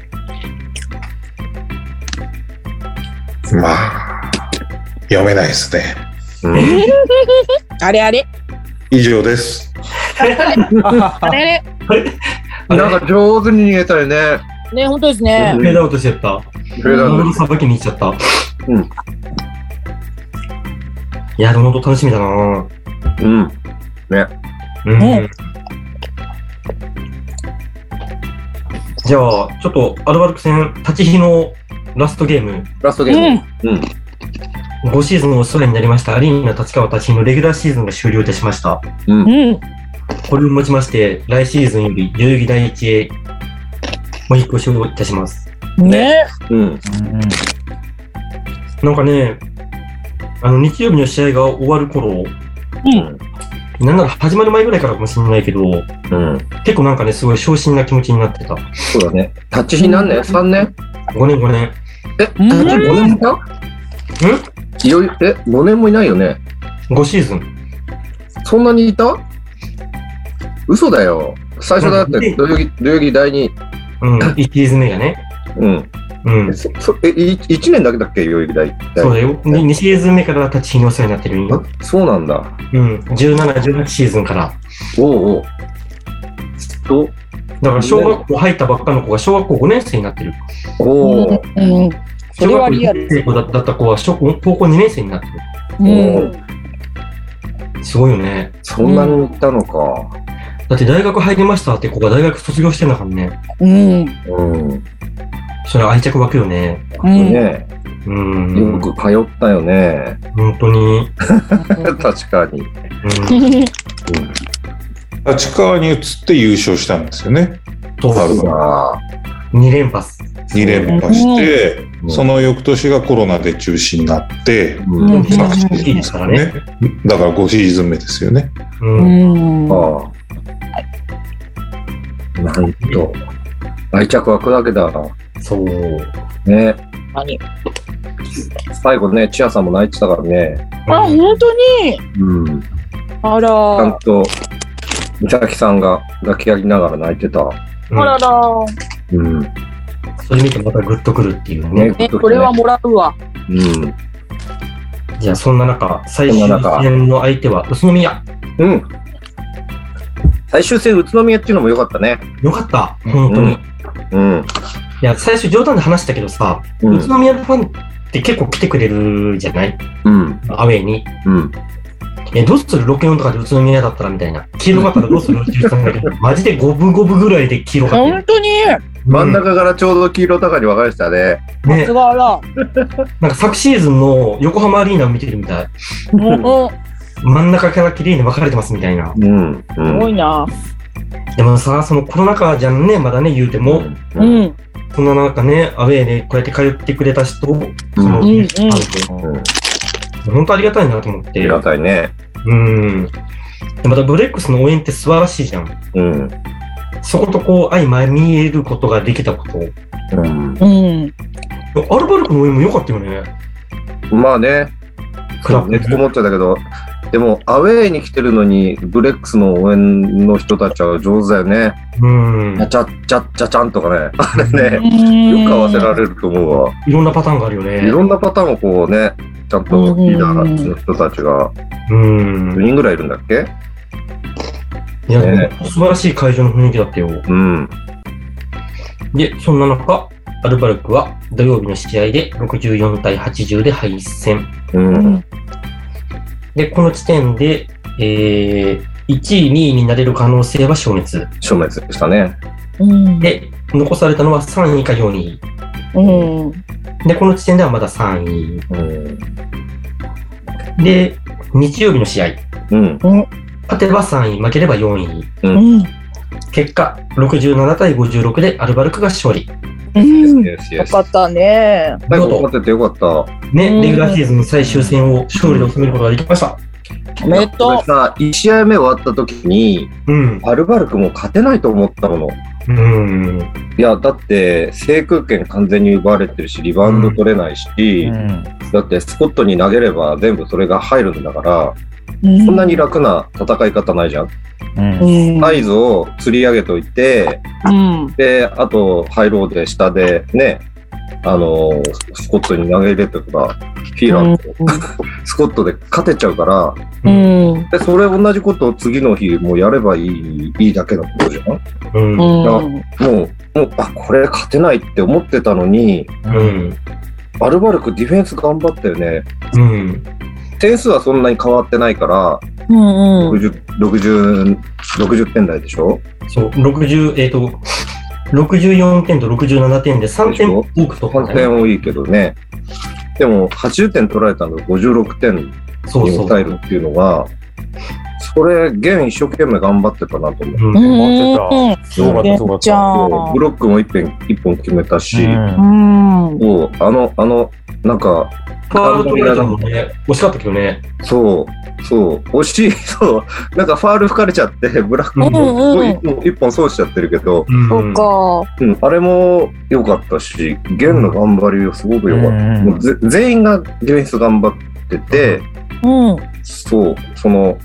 E: まあ、読めないですね。
B: うん。
F: あれあれ
E: 以上です。
F: あれあれ
A: あれ
B: なんか上手に逃げたよね。
F: ね、本当ですね
B: う。
A: フェードアウトしてった。
B: フェードア
A: ボール
B: ウト
A: さばきに行っちゃった。
B: うん
A: いや、でも本当楽しみだな
B: うん。
A: うん。
F: ね
A: じゃあ、ちょっとアルバルク戦、立ち日のラストゲーム、
B: ラスト
F: う
B: ゲーム。
F: ん。
A: 5シーズンお世話になりましたアリーナ立川立ち日のレギュラーシーズンが終了いたしました。
F: うん。
A: これをもちまして、来シーズンより代々木第一へ、お引っ越しをいたします。
F: ね。
B: うん。
A: なんかね、あの、日曜日の試合が終わる頃、
F: うん。
A: なんなら始まる前ぐらいからかもしれないけど、
B: うん。
A: 結構なんかね、すごい昇進な気持ちになってた。
B: そうだね。タッチ費何年 ?3 年
A: 5年5年。
B: え、タッチ5年もいたいよいよ、え、5年もいないよね。
A: 5シーズン。
B: そんなにいた嘘だよ。最初だっ
A: う
B: て、
A: ん
B: 土曜日、土曜日第2。
A: うん。1シーズン目がね。
B: うん。
A: うん
B: え。そそえ、い1年だけだっけ代々木第一
A: そうだよ。に2シーズン目から立ち日にお世話になってるんよ。
B: あそうなんだ。
A: うん。17、18シーズンから。
B: おうおう。と、
A: だから小学校入ったばっかの子が小学校5年生になってる。
B: おう。
F: うん。そ
A: 小
F: れ
A: 学
F: は
A: 校
F: リア
A: 2
F: ル
A: 年。生だった子は小高校2年生になって
F: うん。
A: る。すごいよね。
B: そんなにいたのか。
A: だって大学入りましたって子が大学卒業してんだからね。
F: うん。
B: うん。
A: それは愛着湧くよね。
F: うん。
B: ね
A: うん。
B: よく通ったよね。
A: 本当に。
B: 確かに。
A: うん。
E: 立川に移って優勝したんですよね。
A: と、
E: なるほど
B: ああ。
A: 2連覇っす。
E: 2連覇して、
B: うん
E: その翌年がコロナで中止になって、
B: うん。
F: うん
E: 昨シーズンですからね。だから5シーズン目ですよね。
A: う。
F: うんん。
B: ああ。なんと。愛着湧くだけだな。
A: そう。
B: ね。
F: 何
B: 最後ね、チアさんも泣いてたからね。
F: あ、本当に
B: うん。ち
F: あ
B: ゃ
F: ら
B: ん。と、美咲さんが抱き上げながら泣いてた。
A: うん
F: あらら。
B: うん。
A: それ見てまたグッとくるっていうね。
B: ね、
F: ね、これはもらうわ。
B: うん。
A: じゃあそんな中、最終
B: そんな中
A: 戦の相手は宇都宮。
B: うん。最終戦、宇都宮っていうのも良かったね。
A: よかった。本当に。
B: うんうん。
A: いや、最初冗談で話したけどさ、
B: う
A: 宇
B: ん。
A: 都宮のファンって結構来てくれるじゃない
B: うん。
A: アウェイに。
B: うん。
A: え、どうする ?64 とかで宇都宮だったらみたいな。黄色かったらどうするって言ってたんだけ ど、マジで五分五分ぐらいで黄色かった
F: 本
A: よ。
F: 当に
B: 真ん中からちょうど黄色高に分かれてたね。
A: うんね
F: す、ごいら。
A: なんか昨シーズンの横浜アリーナを見てるみたい。
F: うん。
A: 真ん中から綺麗に分かれてますみたいな。
B: うん。う
F: す
B: ん
F: ごいな。
A: でもさ、そのコロナ禍じゃんね、まだね、言うても、
F: う
B: うん。
F: ん。うん。
A: そんな中ね、アウェイでこうやって通ってくれた人、その、
B: うん
F: うん
A: 本当ありがたいなと思っ
B: あ
A: て。
B: りがたいね。
A: うん。でまたブレックスの応援って素晴らしいじゃん。
B: うん。
A: そことこう相まみえることができたこと。
B: う
F: う
B: ん。
F: ん。
A: アルバルクの応援も良かったよね。
B: まあね、
A: クラブ
B: ネ
A: ね
B: ット思っちゃったけど、でもアウェーに来てるのに、ブレックスの応援の人たちは上手だよね。
A: うん。
B: ちゃちゃちゃちゃちゃんとかね、あれね、よ
F: よ
B: く合わせられると思うわ。
A: いろんなパターンがあるよ
B: い
A: ね。
B: ろんなパターンをこうね、ちゃんとリーダーの人たちが
A: うん
B: 4。人ぐらいいるんだっけ
A: いや、
B: ね
A: 素晴らしい会場の雰囲気だったよ。
B: うん。
A: で、そんな中、アルバルクは土曜日の試合で64対80で敗戦。
B: うん。
A: で、この時点で、えー、1位、2位になれる可能性は消滅。
B: 消滅でしたね。
F: うん。
A: で、残されたのは3位か4位。
F: うん。
A: で、この時点ではまだ3
B: うん。
A: 位。で、日曜日の試合。
B: うん。
A: 勝てば3位、負ければ4位。
F: うん。
A: 結果、67対56でアルバルクが勝利。
F: うん。よ
B: Yes, yes.
F: かったね。
B: 最後勝っててよかっ
A: ね、
F: うん
A: レギュラーシーズン最終戦を勝利で収めることができました。
B: た。
F: おめでとう
B: 俺さ、1試合目終わった時に、
A: うん。
B: アルバルクも勝てないと思ったもの。
A: うん。
B: いや、だって制空権完全に奪われてるし、リバウンド取れないし、だってスコットに投げれば全部それが入るんだから、
F: そ
B: そんなに楽な戦い方ないじゃん。
F: うん。
B: 合図を釣り上げといて、
F: うん。
B: で、あと、ハイローで下でね、あのスコットに投げ入れてたフィーランド、スコットで勝てちゃうから、
F: うん。
B: でそれ同じことを次の日もうやればいいいいだけのことじゃん
A: うん
F: う。ん。
B: もう、もうあこれ勝てないって思ってたのに、
A: うん。
B: アルバルクディフェンス頑張ったよね。
A: うん。
B: 点数はそんなに変わってないから、
C: うんうん。
B: 60, 60, 60点台でしょ
A: そう、60、えっ、と、64点と67点で3点多くとか、
B: ?3 点多いけどね。でも、80点取られたのが56点に
A: そうそう。
B: 抑えるっていうのが、それ、現一生懸命頑張ってたなと思
A: う
B: う。
A: ん
D: 待
C: う
D: すごかった、すごかっ
C: じゃ
D: た。
C: あ
B: ブロックも 1, 点1本決めたし、
D: うん
C: ん。うん。
B: もうあの、あの、なんか、
A: ファウル取られたのもね、惜しかったけどね。
B: そう、そう、惜しい、 そう、なんかファール吹かれちゃって、ブラック
A: う
C: うんんうん。
B: もう一本損しちゃってるけど、
A: うん
C: そっか。
B: うん、あれも良かったし、弦の頑張りはすごく良かった。
D: うん
B: もうぜ全員がディフェンス頑張ってて、
C: うん。
B: そう、その、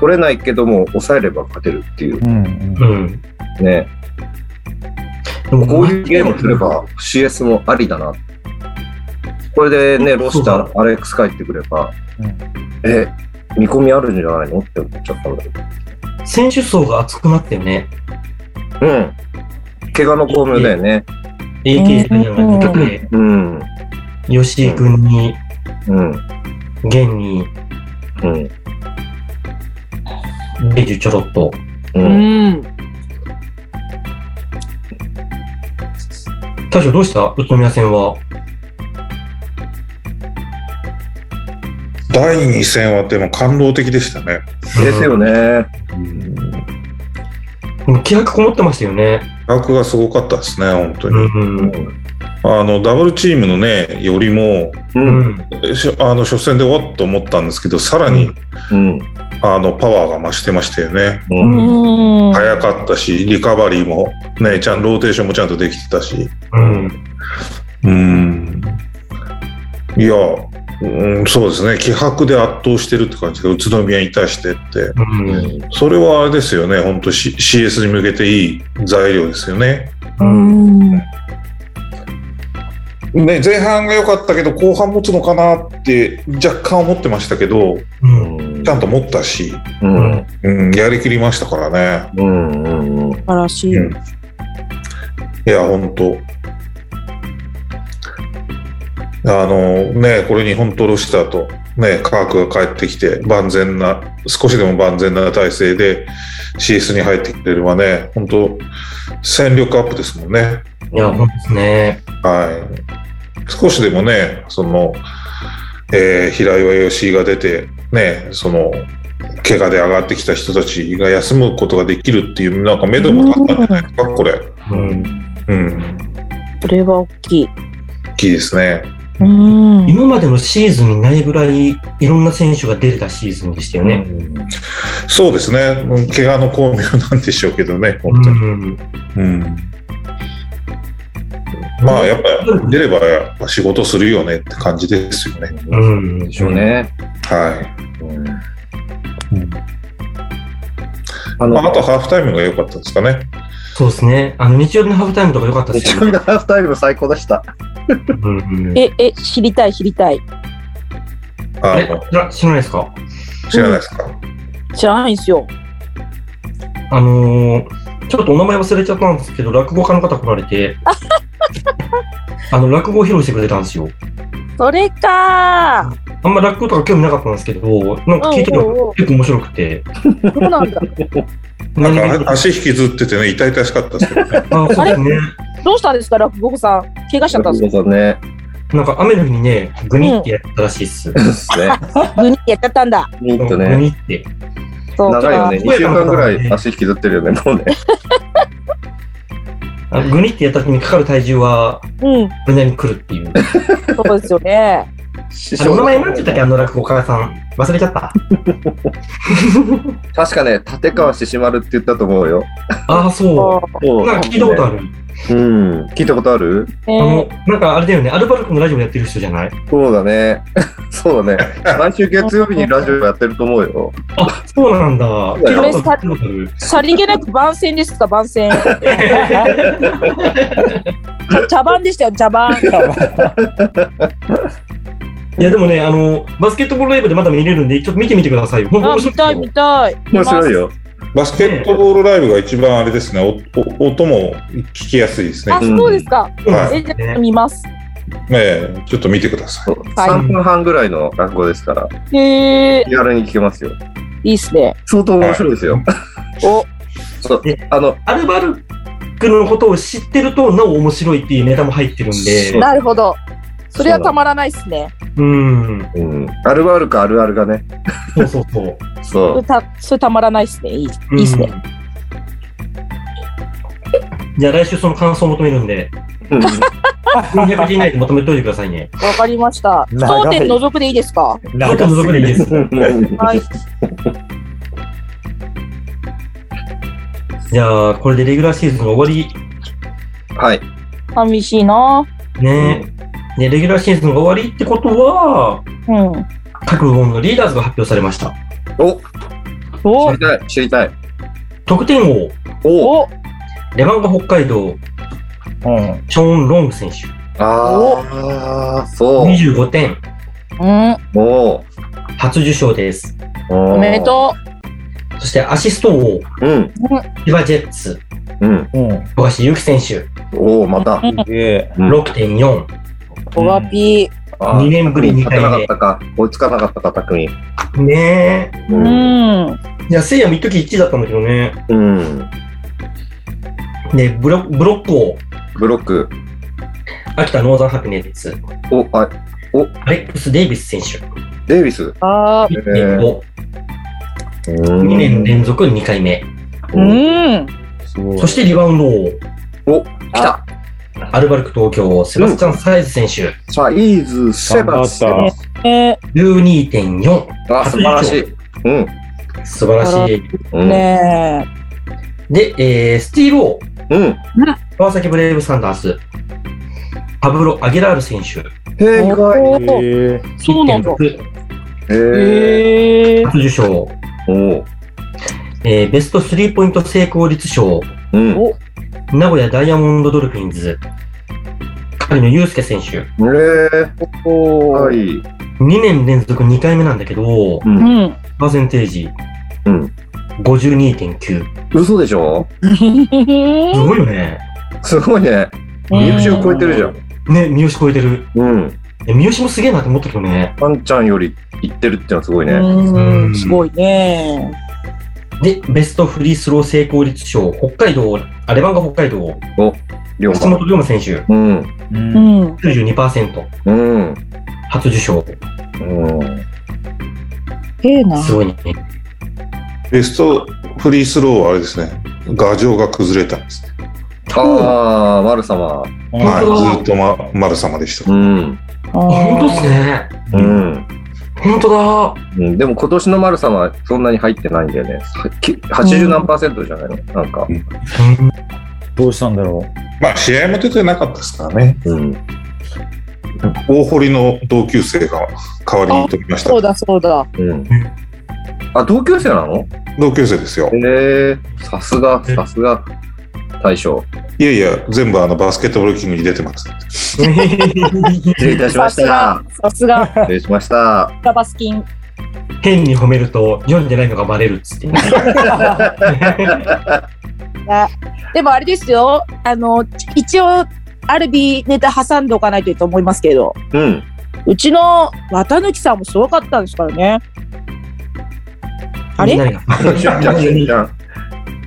B: 取れないけども、抑えれば勝てるっていう
D: うん
A: うん。
B: ね、
A: でも
B: こういうゲームすれば CS もありだな。これでね、ロスター、アレックス帰ってくれば、
D: うん
B: え、見込みあるんじゃないのって思っちゃったんだけど。
A: 選手層が厚くなったよね。
B: うん。怪我の巧妙だよね。
A: AK さんやられてて、
B: うん。
A: 吉井君に、
B: うん。
A: 源に、
B: うん。
A: デジュちょろっと。
B: う。
F: うんん。
A: 大将どうした宇都宮戦は。
E: 第2戦はでも感動的でしたね。
B: ですよね。
A: でも気迫こもってましたよね。
E: 楽がすごかったですね、本当
A: う
E: に。
A: ん。
E: あの、ダブルチームのね、よりも、
A: う
B: う。
A: んん。
E: しあの、初戦で終わっと思ったんですけど、さらに、
B: うん。
E: あの、パワーが増してましたよね。
B: うん。
C: うん。
E: 早かったし、リカバリーも、ね、ちゃん、ローテーションもちゃんとできてたし。
A: うん。
E: うん。いや、うん、そうですね、気迫で圧倒してるって感じで、宇都宮に対してって。
A: うん。
E: それはあれですよね、本当 C- CS に向けていい材料ですよね。
C: うん。
E: ね、前半が良かったけど、後半持つのかなって若干思ってましたけど、
A: うん。
E: ちゃんと持ったし、
B: うん。
E: うん、やりきりましたからね。
B: うん。うん。
C: 素晴らしい。
E: うんいや、本当あのね、これに本当ロシターと、ね、科学が帰ってきて、万全な、少しでも万全な体制で CS に入ってくれればね、本当戦力アップですもんね。
A: いや、ほんとですね。
E: はい。少しでもね、その、えー平岩義井が出て、ね、その、怪我で上がってきた人たちが休むことができるっていう、なんか目でも立ったんじゃないですか、これ。
A: うん。
E: うん。
C: これは大きい。
E: 大きいですね。
C: うん。
A: 今までのシーズンにないぐらい、いろんな選手が出てたシーズンでしたよね。
E: そうですね、うん怪我の巧妙なんでしょうけどね、
A: う
E: 本当に。
A: ん。
E: うんまあ、やっぱ出ればやっぱ仕事するよねって感じですよね。
A: うん。
B: でしょうね。
E: はい。
B: うんあ
E: まあ、あ
B: の、
E: とハーフタイムが良かったですかね。
A: そうですね。あの、日曜日のハーフタイムとか良かったで
B: 一
A: す
B: 応
A: よね。
B: のハーフタイム最高でした。
A: うんうん。
C: え、え、知りたい、知りたい。
E: あ
A: え
E: の
A: 知ら知らないですか
E: 知らないですか。
C: 知らないんすよ。
A: あのーちょっとお名前忘れちゃったんですけど、落語家の方来られ て、あの、落語を披露してくれたんですよ。
C: それか
A: あんま落語とか興味なかったんですけど、なんか聞いて
C: うんうんう
A: も
C: ん
A: 結構面白くて。
C: ー。そうなんだ。
E: な
A: 何
E: ん
A: 気
E: か
A: に
E: あ足引きずっててね、痛々しかったですけどね。
A: あ、そうですね。
C: どうしたんですか、落語家さん。怪我しちゃったんです
B: そうね。
A: なんか雨の日にね、グニってやったらしいっす。
B: です ね。
C: か。グニってやっちゃったんだ。
B: ニット
A: グ
B: ね。
A: ニって。
C: そうか。
B: 長いよね。2週間ぐらい足引きずってるよね、もうね。
A: あグニってやった時にかかる体重は、
C: うん。
A: 胸に来るっていう。
C: そうですよね。
A: あれ、お名前なんて言ったっけあの落語家さん。忘れちゃった。
B: 確かね、立川ししまるって言ったと思うよ。
A: ああ、そ。
C: そう
A: なんか聞いたことある。
B: うん。聞いたことある
A: あの、なんかあれだよね、アルバルクのラジオやってる人じゃない
B: そうだね。 そうだね。毎週月曜日にラジオやってると思うよ。
A: あ、そうなんだ。
B: だよ
A: 聞いたことある
C: さりげなく番宣ですか番宣茶番でしたよ茶番
A: いや、でもね、あの、バスケットボールライブでまだ見れるんで、ちょっと見てみてくださいよ。本当
C: あ
A: 面白
C: 見たい
A: いよ
C: 見たい
B: 面白いよ。
E: バスケットボールライブが一番あれですね、おお音も聞きやすいですね
C: あ。そうですか、
A: うん
E: は
C: えじゃあ見ます
E: ええちょっと見てください。
B: 3分半ぐらいの落語ですから、
C: へえ
B: 気軽に聞けますよ。
C: いいっすね
B: 相当面白いですよ。
C: お
B: そう
A: え
B: あの、
A: アルバルクのことを知ってると、なお面白いっていうネタも入ってるんで
B: そう、
C: なるほどそれはたまらないっすね
A: うん、
B: うん、アルバルクあるあるがね、
A: そうそうそう。
B: そ
C: そうれ。たそれたまらないっすねいいいいっすね、
A: うんじゃあ来週その感想を求めるん で、
B: うん
A: 400字以内でまとめておいてくださいね。
C: わかりました。
D: 長い
C: 当店覗くでいいですか。
A: ちょっと覗くでいいです。
C: はい。
A: じゃあ、これでレギュラーシーズンが終わ
B: はい。
C: 寂しいな。
A: り。ね。ね、レギュラーシーズンが終わりってことは、
C: うん。
A: 各部門のリーダーズが発表されました。
B: お、
C: お
B: 知りたい、知りたい。
A: 得点王、
B: お、
C: お
A: レバンガ北海道、
D: うん。
A: ショーン・ロング選手、
B: ああ、そう。
A: 25点、
C: うん。
B: おう
A: 初受賞です。
B: お
C: おめで
B: う。
C: と
A: そしてアシスト王、
B: うん、
A: 千葉ジェッツ、
B: うん。
D: うん。
A: 富樫勇樹選手、
B: おお、また。
D: すげえ。
B: うん
A: 6.4、
C: う。小賀ピ
B: あー
A: 二年ぶり二
B: 勝
A: 回
B: て
A: 目
B: なかったか。追いつかなかったか、匠。
A: ね
C: ー。う
B: うん。
C: ん。
A: え。いや、せいやも一時1位だったんだけどね。
B: うん。
A: ね、ブロブロック王、
B: ブロック。
A: 秋田ノーザンハピネッツ、
B: お、あ、お、
A: アレックス・デイビス選手、
B: デイビス。
C: あー。
A: 1.5、
B: 2
A: 2年連続2回目。
C: うん。
B: すごい
A: そしてリバウンド王、
B: お、来た。
A: アルバルク東京、セバスチャン・サイズ選手、
B: サイズ、セバス。
D: 頑張
B: あ
D: っ、
C: え
A: 12.4。
B: 素晴らしい。うん。
A: 素晴らしい。
B: う
C: ー、
B: ん。
C: ね
A: で、えー、スティール王、
B: うん。
A: 川崎ブレイブサンダース、パブロ・アゲラール選手、
B: へ
C: え。
B: え、意外。
C: おー
D: ええ。
C: そうなんだ。
A: 1.6
B: へえ。
C: へえ。
A: 初受賞、
B: おう。
A: えーベストスリーポイント成功率賞、
B: うん。
C: お。
A: 名古屋ダイヤモンドドルフィンズ、狩野祐介選手、
B: へえ。
C: お
B: は
C: ー。
B: い。
A: 2年連続2回目なんだけど、
B: う。
C: うんん。
A: パーセンテージ
B: うん。
A: 52.9。
B: 嘘でしょ
A: すごいよね。
B: すごいね。入試を超えてるじゃん。
A: ね、三好超えてる。
B: うん。
A: え三好もすげえなって思ったけどね。
B: ワンちゃんより行ってるってのはすごいね。
C: うん
A: う
C: うんん。すごいね。
A: で、ベストフリースロー成功率賞、北海道、あ、レバンガ北海道、
B: 龍
A: 橋
B: 馬。
A: 本龍馬選手、
B: うん。
D: う。
C: うんん。
A: 92%、
B: うん。
A: 初受賞。
B: うん。
C: ええな。
A: すごいね。
E: ベストフリースローはあれですね、牙城が崩れたんですね。
B: ああ、丸様。
E: はい、ずっと、ま、丸様でした
B: う。ん。
A: あ本当ですね。
B: う
D: うん
B: ん。
A: 本当だ。
B: うん、でも今年の丸様はそんなに入ってないんだよね。はき80何パーセントじゃないのなんか。
D: どうしたんだろ
E: まあ、試合も出てなかったですからね。
B: うん。
E: 大堀の同級生が代わりに取りました
C: そう。だそうだ。
B: うん。あ、同級生なの
E: 同級生ですよ。
B: ええさすが、さすが、大将。
E: いやいや、全部あのバスケットボールキングに出てます。
B: 失礼いたしま
C: さ
B: し
C: すが
B: た。
C: さすが
B: 失礼しました。
C: ラバスキ ン。
A: 変に褒めると、読んでないのがバレるっつって。
C: でもあれですよ。あの一応アルビネタ挟んでおかないといいと思いますけど。
B: うん。
C: うちの綿貫さんもすごかったんですからね。あれ
A: 何が
B: じゃんじゃんじゃん。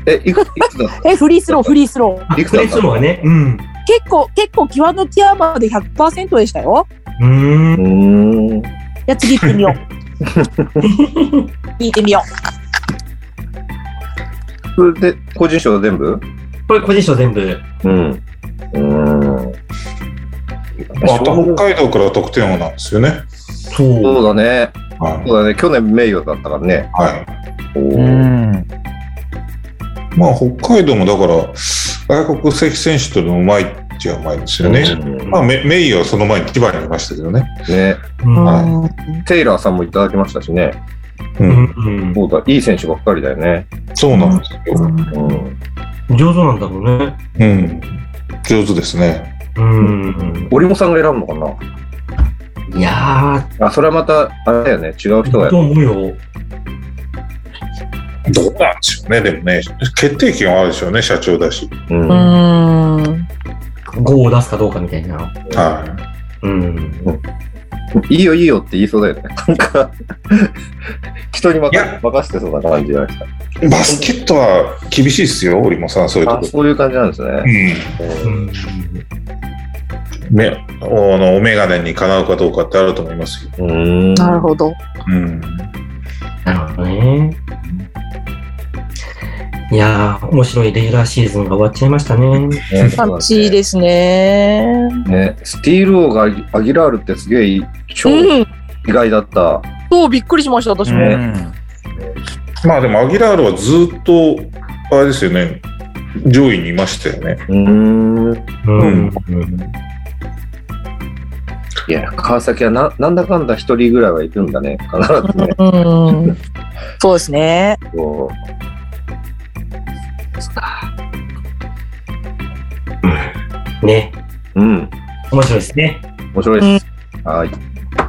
B: え、いくいつ だ
C: え、フリースロー、フリースロー。
A: あクリスマはね。うん。
C: 結構、結構、際の際まで100%でしたよ。
A: うー。
B: うんーん。
C: じゃあ次行ってみよう。 聞いてみよ
B: それで、個人賞全部
A: これ、個人賞全部。
B: うん。うーん。
E: また北海道から得点王なんですよね。
A: そう。
B: そうだね。
E: はい。
B: そうだね。去年名誉だったからね。
E: はい
B: お
D: う。う
B: ー
D: ん。
E: まあ、北海道もだから、外国籍選手というのもうまいっちゃうまいですよね。まあ、メメイユはその前に千葉にいましたけどね。
B: ね。
A: うん
E: はい
B: テイラーさんもいただきましたしね。
E: う、
A: うんん
B: そうだ、いい選手ばっかりだよね。
E: そうなんですよ。
B: うん。
A: うん上手なんだろうね。
E: うん、上手ですね。
A: うん。
B: オリモさんが選ぶのか
A: いや
B: なあ、それはまた、あれだよね。違う
A: ー、
B: 人が
A: と思うよ。
E: どうなんでしょうね、でもね、決定権はあるでしょうね、社長だし。
B: うん。
C: うん。
A: 5を出すかどうかみたいな。
E: は
A: うん。
B: いいよいいよって言いそうだよね。 なんか、人に任せ任せてそうな感じじゃないですか。
E: い。バスケットは厳しいですよ、折茂さん、そういうと
B: あ
E: こ
B: そういう感じなんですね。
E: う
A: うん
E: ん、めあのお眼鏡にかなうかどうかってあると思いますよ。
B: うん。
C: なるほど。
E: うん、
A: なるほどね。いやー、面白いレギュラーシーズンが終わっちゃいましたね。
B: ね
C: 楽しいですね。
B: ね、スティール王がアギアギラールってすげえ超意
C: うん。
B: 外だった。
C: そう、びっくりしました、私も。
D: うん
E: まあでも、アギラールはずっと、あれですよね、上位にいましたよね。
B: うん。
A: うん。
B: いや、川崎はななんだかんだ一人ぐらいはいるんだね。必ずね。
C: うん。そうですね。
B: こ
A: ね。
B: ううん。
A: 面白いですね。
B: 面白いです。はい。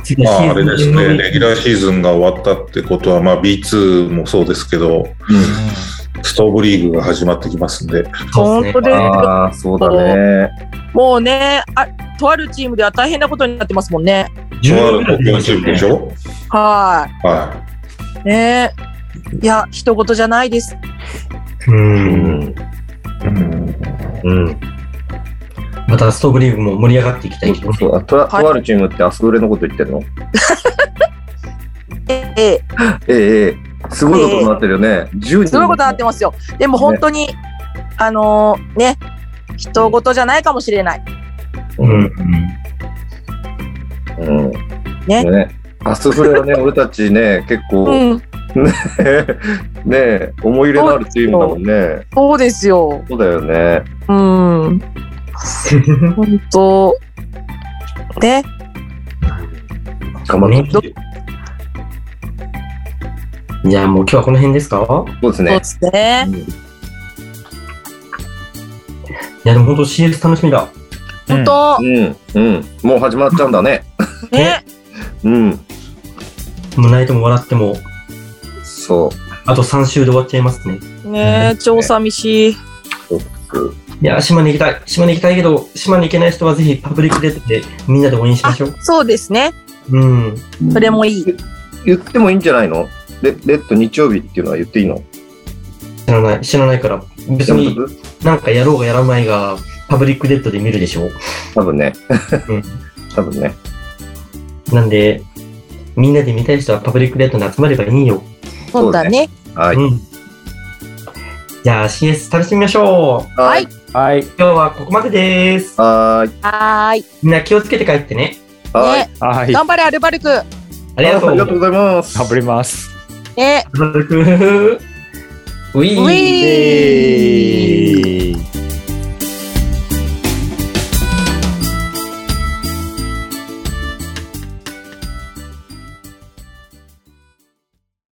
A: 次
E: ま
A: はシ
E: あ、
A: ー
E: あ
A: ズ
E: れ
A: ン
E: ですね、
A: の
E: レギュラーシーズンが終わったってことは、まあ、B2 もそうですけど、ストーブリーグが始まってきますんで、
A: そう
C: 本
A: です
C: 当
A: ね。
C: ですよ。
B: ああ、そうだね。
C: もうね、あ、とあるチームでは大変なことになってますもんね。
E: とあ
A: 14
E: る国のチームでしょ、
C: は。
E: はい
C: ね。いや、一言じゃないです。
A: う。
B: うんん。
E: いうん
B: うん。
A: またストーブリーグも盛り上がっていきたいけどね。
B: そうあとはとあるチームってアスグレのこと言ってるの
C: ええ、
B: ええええ、すごいことになってるよね。10人。
C: すごいことになってますよ。でも本当に、あのーね、人事じゃないかもしれない。
A: うんうん。
B: うん。
C: ね
B: アスフレはね、俺たちね、結
C: う
B: 構、
C: ん。
B: ね、思い入れのあるチームだもんね。
C: そうですよ。
B: そうだよね。
C: うん。本当。ね。
B: 頑張って
A: ねじゃあもう今日はこの辺ですか
B: そうです
C: そう
B: ね
C: で。すね。
A: いやでも本当 CS 楽しみだ。
C: 本当
B: う。ん、うん。もう始まっちゃうんだね。
C: ね。
B: うん。
A: もう泣いても笑っても、
B: そう。
A: あと3週で終わっちゃいますね。
C: ね超寂しい。
A: いやー、島に行きたい。島に行きたいけど、島に行けない人はぜひパブリックでってみんなで応援しましょう。
C: そうですね。
A: うん。
C: それもいい。
B: 言ってもいいんじゃないのレレッド日曜日っていうのは言っていいの
A: 知らない、知らないから。別
B: やめと
A: に
B: く
A: なんかやろうがやらないが、パブリックデッドで見るでしょう。
B: 多分ね。
A: うん
B: 多分ね。
A: なんで、みんなで見たい人はパブリックデッドに集まればいいよ。
C: そうだね。
B: はい。。
A: うん。じゃあ CS 楽しみましょう。
C: はい
D: はい。
A: 今日はここまでです。
B: はーい。
C: はーい。
A: みんな気をつけて帰ってね。
B: はーい。
C: ね。
D: はい。
C: 頑張れ、アルバルク。
A: ありがと
B: あ
A: う。
B: りがとうございます。
D: 頑張ります。
C: ね。
A: ウィーン
C: ウィーン
D: えー